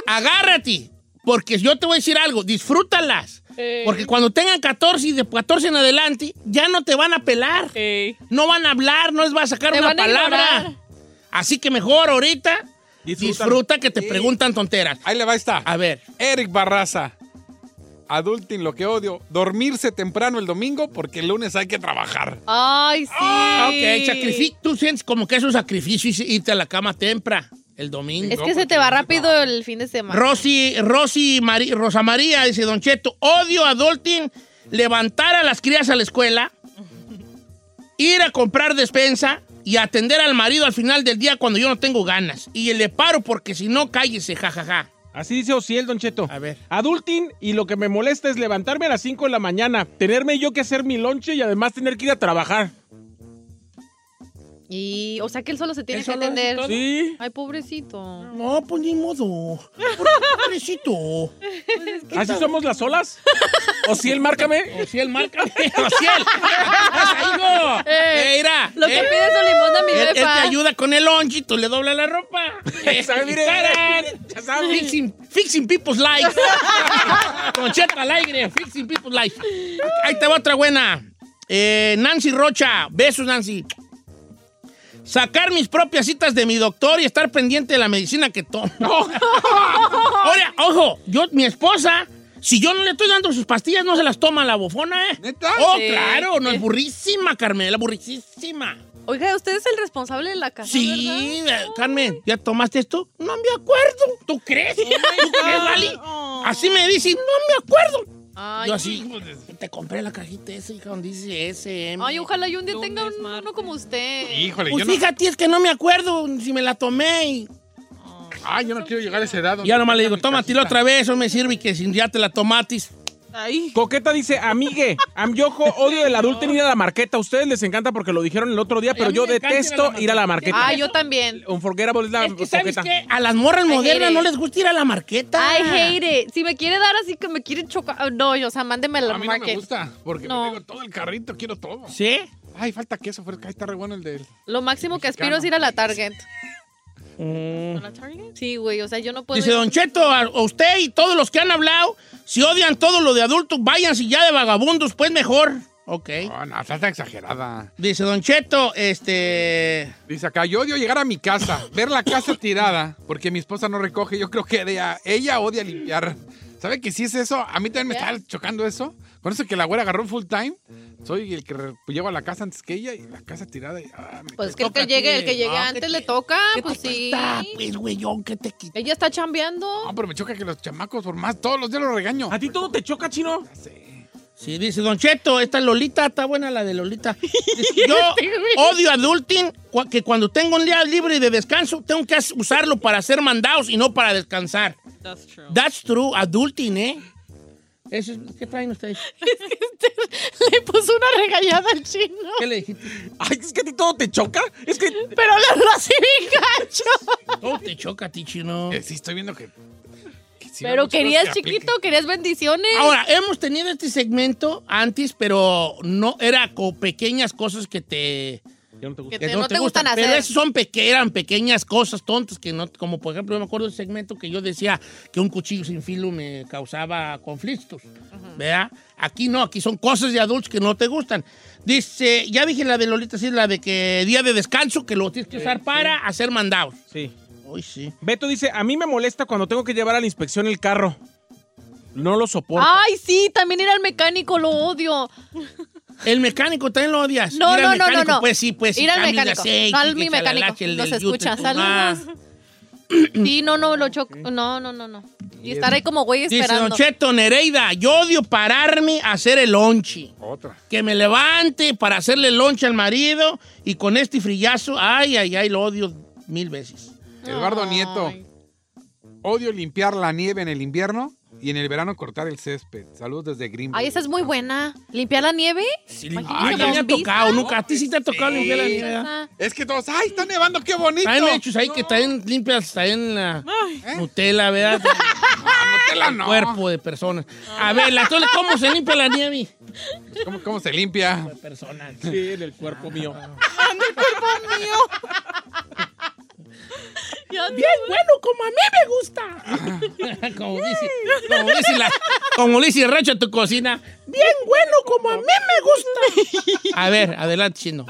agárrate, porque yo te voy a decir algo, disfrútalas. Porque cuando tengan 14 y de 14 en adelante, ya no te van a pelar.
Ey.
No van a hablar, no les va a sacar
Te
una
van a
palabra.
ignorar.
Así que mejor ahorita
Disfrútalo.
disfruta que te preguntan tonteras.
Ahí le va esta.
A ver.
Eric Barraza. Adulting, lo que odio. Dormirse temprano el domingo porque el lunes hay que trabajar.
Ay, sí.
Ah, Ok, sacrificio. Tú sientes como que es un sacrificio irse- irte a la cama temprano el domingo.
Es que se te va rápido el fin de semana.
Rosy, Rosy Mari- Rosa María dice, Don Cheto, odio adulting, levantar a las crías a la escuela, ir a comprar despensa y atender al marido al final del día cuando yo no tengo ganas. Y le paro porque si no, cállese, jajaja.
Así dice Ociel, Don Cheto.
A ver.
Adulting y lo que me molesta es levantarme a las 5 de la mañana, tenerme yo que hacer mi lonche y además tener que ir a trabajar.
Y, o sea, que él solo se tiene
¿Él
que
solo hace
atender.
todo?
Sí.
Ay, pobrecito.
No, pues ni modo. Pobrecito.
¿Así somos las olas? Ociel, márcame.
Ociel, márcame. Ociel. Ahí no.
Eh,
Mira.
Lo que
eh,
pide su limón a mi
Él, él te
befa.
ayuda con el lonche, tú le doblas la ropa.
Ya sabe, mire.
¡Tarán!
Ya sabe.
Fixing, fixing people's life. Concheta al aire, fixing people's life. Ahí te va otra buena. Eh, Nancy Rocha, besos Nancy. Sacar mis propias citas de mi doctor y estar pendiente de la medicina que tomo. Ahora, ojo, yo, mi esposa, si yo no le estoy dando sus pastillas, no se las toma la bofona, ¿eh?
¿Neta?
Oh,
Sí.
claro, no es burrísima, Carmela, burrísima.
Oiga, usted es el responsable de la casa.
Sí, eh, Carmen, ¿ya tomaste esto? No me acuerdo. ¿Tú crees?
Oh
¿Tú crees, Lali? Así me dice, no me acuerdo.
¿verdad? Oh. Ay,
Yo así, te compré la cajita esa, hija, donde dice SM.
Ay, ojalá yo un día tenga
Lunes,
un- uno
martes.
como usted.
Híjole,
pues
yo, no,
fíjate, es que no me acuerdo si me la tomé. Y
ay, yo no quiero llegar a esa edad. donde
ya nomás le digo,
tenga mi
tómatela
cajita.
otra vez, eso me sirve y que sin ya te la tomatis.
Ay.
Coqueta dice, amigue, am- yo jo- odio el adulting y ir a la marqueta. A ustedes les encanta porque lo dijeron el otro día,
a
pero
mí
yo
me encanta ir a la
detesto ir a la marqueta.
Ah, yo también.
Unforgettable es la
es que, ¿sabes
coqueta.
qué? A las morras modernas
it.
no les gusta ir a la marqueta.
I hate it. Si me quiere dar así que me quiere chocar. oh, No, yo, o sea, mándeme la
A mí no me
market.
gusta, porque
No.
me tengo todo el carrito, quiero todo.
¿Sí?
Ay, falta queso, pero ahí está re bueno el de él.
Lo máximo que aspiro es ir a la Target. Sí, güey, o sea, yo pues no puedo.
Mm. Dice Don Cheto, a a usted y todos los que han hablado, si odian todo lo de adultos, váyanse ya de vagabundos, pues mejor. Ok.
No, no, falta exagerada.
Dice Don Cheto, este.
Dice acá, yo odio llegar a mi casa, ver la casa tirada, porque mi esposa no recoge. Yo creo que ella, ella odia limpiar. ¿Sabe que si es eso? A mí también me está chocando eso. Con eso que la güera agarró full time, soy el que re- llevo a la casa antes que ella y la casa tirada. y, ah, me-
Pues que el que
toca
llegue,
a ti.
el que llegue
No, ¿qué
antes
te-
le toca,
¿qué
pues
te
sí.
cuesta? Pues, güey, yo, ¿qué te quita?
Ella está chambeando.
No, pero me choca que los chamacos, por más, todos los días los regaño.
¿A ti todo te choca, chino?
Sí, dice Don Cheto, esta Lolita, está buena la de Lolita. Dice, yo odio adulting, cua- que cuando tengo un día libre de descanso, tengo que as- usarlo para hacer mandados y no para descansar.
That's true.
That's true, adulting, ¿eh? Eso es- ¿Qué traen ustedes?
Le puso una regañada al chino.
¿Qué le dijiste?
Ay, es que a ti todo te choca. Es que
Pero le habló así bien gacho.
Todo te choca a ti, chino.
Eh, sí, estoy viendo que... que sí,
Pero
muchos que
querías
apliquen.
chiquito, querías bendiciones.
Ahora, hemos tenido este segmento antes, pero no era con pequeñas cosas que te...
que
que
te- no, te, gustan
Pero
hacer.
esas son peque- eran pequeñas cosas tontas que no, como por ejemplo, yo me acuerdo del segmento que yo decía que un cuchillo sin filo me causaba conflictos. ¿Verdad? Aquí no, aquí son cosas de adultos que no te gustan. Dice, ya dije la de Lolita, sí, la de que día de descanso que lo tienes que usar para hacer mandados.
Sí.
Uy, sí.
Beto dice, a mí me molesta cuando tengo que llevar a la inspección el carro. No lo soporto.
Ay, sí, también ir al mecánico, lo odio.
El mecánico también lo odias.
No,
Ir al
no, no,
mecánico,
no, no.
Pues sí, pues sí.
Ir al
cambios de
mecánico.
aceite,
No, al
que
mi
chalalache,
mecánico.
el pues,
Nos
del yute,
escucha.
tu madre.
Saludos. Sí, no, no, lo choco. No, no, no, no. Y estar ahí como güey
Dice Don
esperando.
Cheto Nereida, yo odio pararme a hacer el lonche.
Otra.
Que me levante para hacerle lonche al marido y con este frillazo, ay, ay, ay, lo odio mil veces.
Eduardo Nieto. Odio limpiar la nieve en el invierno y en el verano cortar el césped. Saludos desde Green
Ay,
Bay.
esa es muy buena. ¿Limpiar la nieve?
Sí,
Imagínate
nunca me
con
ha
vista.
tocado, nunca. A ti sí te ha tocado limpiar la nieve.
Esa.
Es que todos, ¡ay, está nevando, qué bonito!
Están hechos ahí que están limpias, están en la
¿Eh?
Nutella, ¿verdad?
Ah, Nutella no.
Cuerpo de personas. A ver, la- entonces, ¿cómo se limpia la nieve?
¿Cómo, cómo se limpia?
De personas.
Sí, en el cuerpo mío.
Bien bueno, como a
pues.
mí me gusta. como dice, como dice la, como le dice Racha tu cocina. Bien bueno, como a mí me gusta. A ver, adelante, chino.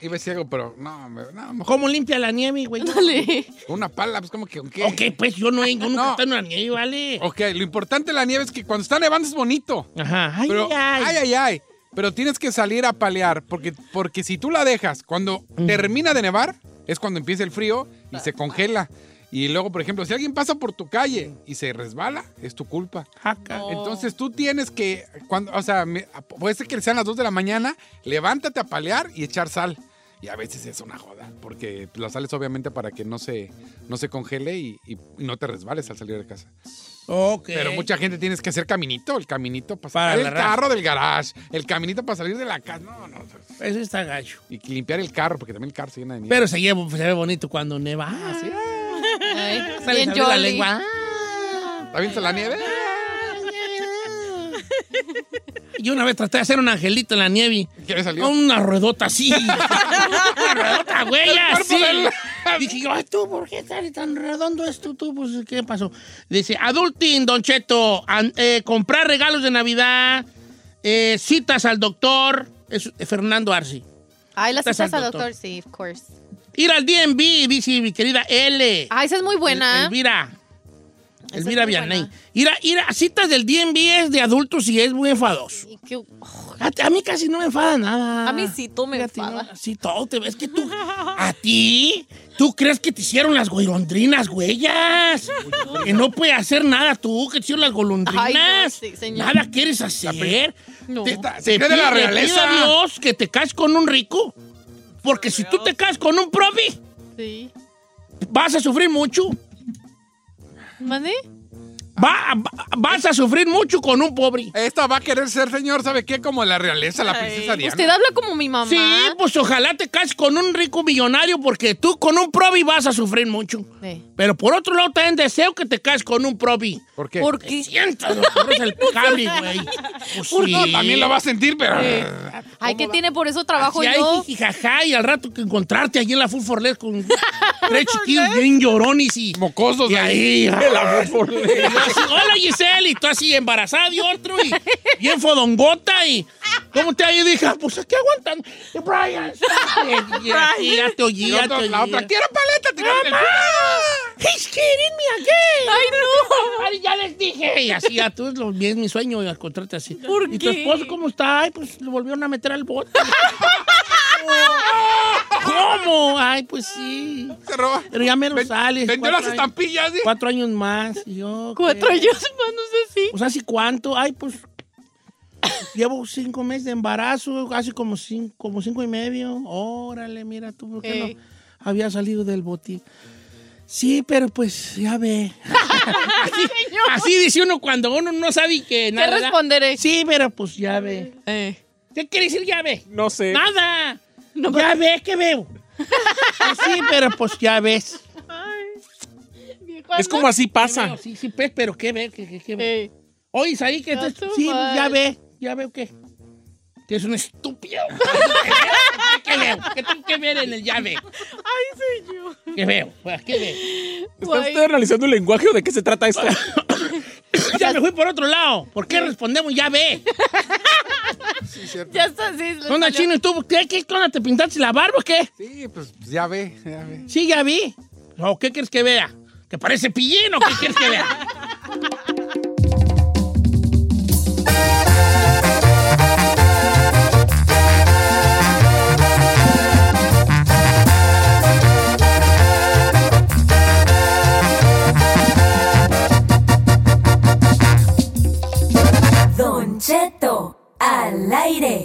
Iba a decir algo, pero no, me- no, mejor
¿Cómo limpia la nieve, güey?
Dale.
una pala, pues como que, ¿con ¿qué?
Ok, pues yo no he, yo nunca
No.
he estado en la nieve, vale.
Ok, lo importante de la nieve es que cuando está nevando es bonito.
Ajá. Ay,
Pero,
Oh. ay, ay.
ay, ay. Pero tienes que salir a palear, porque, porque si tú la dejas, cuando termina de nevar, es cuando empieza el frío y se congela. Y luego, por ejemplo, si alguien pasa por tu calle y se resbala, es tu culpa.
Jaca.
Entonces tú tienes que, cuando, o sea, me- puede ser que sean las 2 de la mañana, levántate a palear y echar sal. Y a veces es una joda, porque la sales obviamente para que no se, no se congele y, y no te resbales al salir de casa.
Ok.
Pero mucha gente tienes que hacer caminito, el caminito para,
Para
sacar el
la raza.
carro del garage, el caminito para salir de la casa. No, no.
Eso está gacho.
Y limpiar el carro, porque también el carro se llena de nieve.
Pero se, lleva- se ve bonito cuando neva. Ah, sí.
Ay,
Sale
bien
sale la
jolly.
lengua.
¿Está bien la nieve?
Yo una vez traté de hacer un angelito en la nieve.
¿Qué le salió?
Una ruedota así. una ruedota, güey, así. Dije yo, ay, tú, ¿por qué sale tan redondo esto? Tú, pues, ¿qué pasó? Dice, adulting, Don Cheto, an- eh, comprar regalos de Navidad, eh, citas al doctor, es eh, Fernando Arce.
Ay, las
Estás
citas
al
al
doctor.
doctor, sí, of course.
Ir al DMV, dice mi querida L.
Ah, esa es muy buena.
Elvira.
Esa es
Elvira
muy buena.
Vianey. Ir a, ir a ¿eh? citas del DMV es de adultos y es muy enfadoso.
Y que-
A, a mí casi no me enfada nada.
a mí sí, tú me
Fíjate, no,
enfada.
sí, todo te ves que tú. ¿A ti? ¿Tú crees que te hicieron las golondrinas, güeyas? que no puedes hacer nada tú, que te hicieron las golondrinas.
Ay, no, sí, señor.
Nada quieres hacer.
No.
Te,
Está-
te
se cree de la
pide- le
realeza.
pido a Dios que te cases con un rico. Porque si tú te casas con un profi,
Sí.
vas a sufrir mucho.
¿Mande?
Va- va- vas a sufrir mucho con un pobre.
Esta va a querer ser, señor, ¿sabe qué? Como la realeza, la princesa Diana.
Usted habla como mi mamá.
Sí, pues ojalá te cases con un rico millonario porque tú con un probi vas a sufrir mucho.
Sí.
Pero por otro lado también deseo que te cases con un probi.
¿Por qué?
¿Por
Que
qué?
sientas los colores del cable, güey. Pues sí.
También lo va a sentir, pero...
Ay, ¿qué tiene por eso trabajo
Así hay
yo?
jijijaja, y al rato que encontrarte allí en la Full for Less con tres chiquillos bien llorones y...
Mocosos
Y
ahí.
ahí... ¡ah!
La Ford Ford.
Y yo así, Hola Giselle, y tú así embarazada y otro, y bien fodongota, y ¿cómo te ha ido? Y dije, "Ah, pues aquí aguantan. Y Brian, y así, ya te oí,
Y
ya
otro-
te
la
oí.
otra, quiero paleta, tirarle el-
He's kidding me again. Ay, no. ya les dije. Y así, a tú lo, es mi sueño y encontrarte así.
¿Por
¿Y tu
qué?
esposo cómo está? Ay, pues lo volvieron a meter al bote. ¿Cómo? Ay, pues sí.
Se roba.
Pero ya menos
Ven-
sales.
Vendió
cuatro
las
años-
estampillas, ¿sí?
Cuatro años más. Y yo, ¿qué?
Cuatro años más, no sé si.
Pues así cuánto, ay, pues llevo cinco meses de embarazo, casi como cinco, como cinco y medio. Órale, mira tú, ¿por qué
Ey.
no había salido del botín? Sí, pero pues ya ve. así, así dice uno cuando uno no sabe que
¿Qué
nada. ¿verdad?
responderé?
Sí, pero pues ya ve.
Eh.
¿Qué quiere decir ya ve?
No sé.
Nada. ya ve que veo. sí, pero pues ya ves.
Es como así
Veo,
pasa.
Sí, sí, pues, pero qué ve, qué, qué- qué ve.
Eh.
Oye, ahí que
Not
estás.
too
Sí, pues, ya
much.
ve, ya veo que. Que es un estúpido. ¿Qué veo? ¿Qué tengo que ver en el ya ve?
Ay, señor.
¿Qué veo? Pues, ¿Qué veo?
¿Está usted analizando el lenguaje o de qué se trata esto?
Ya me fui por otro lado. ¿Por qué respondemos ya ve?
Ya está, sí. le
¿Onda
salió.
chino y tú? ¿Qué, qué onda? ¿Te pintaste la barba o qué?
Sí, pues ya ve, ya ve.
Sí, ya vi. ¿O qué quieres que vea? ¿Que parece pillín o qué quieres que vea?
Don Cheto, al aire.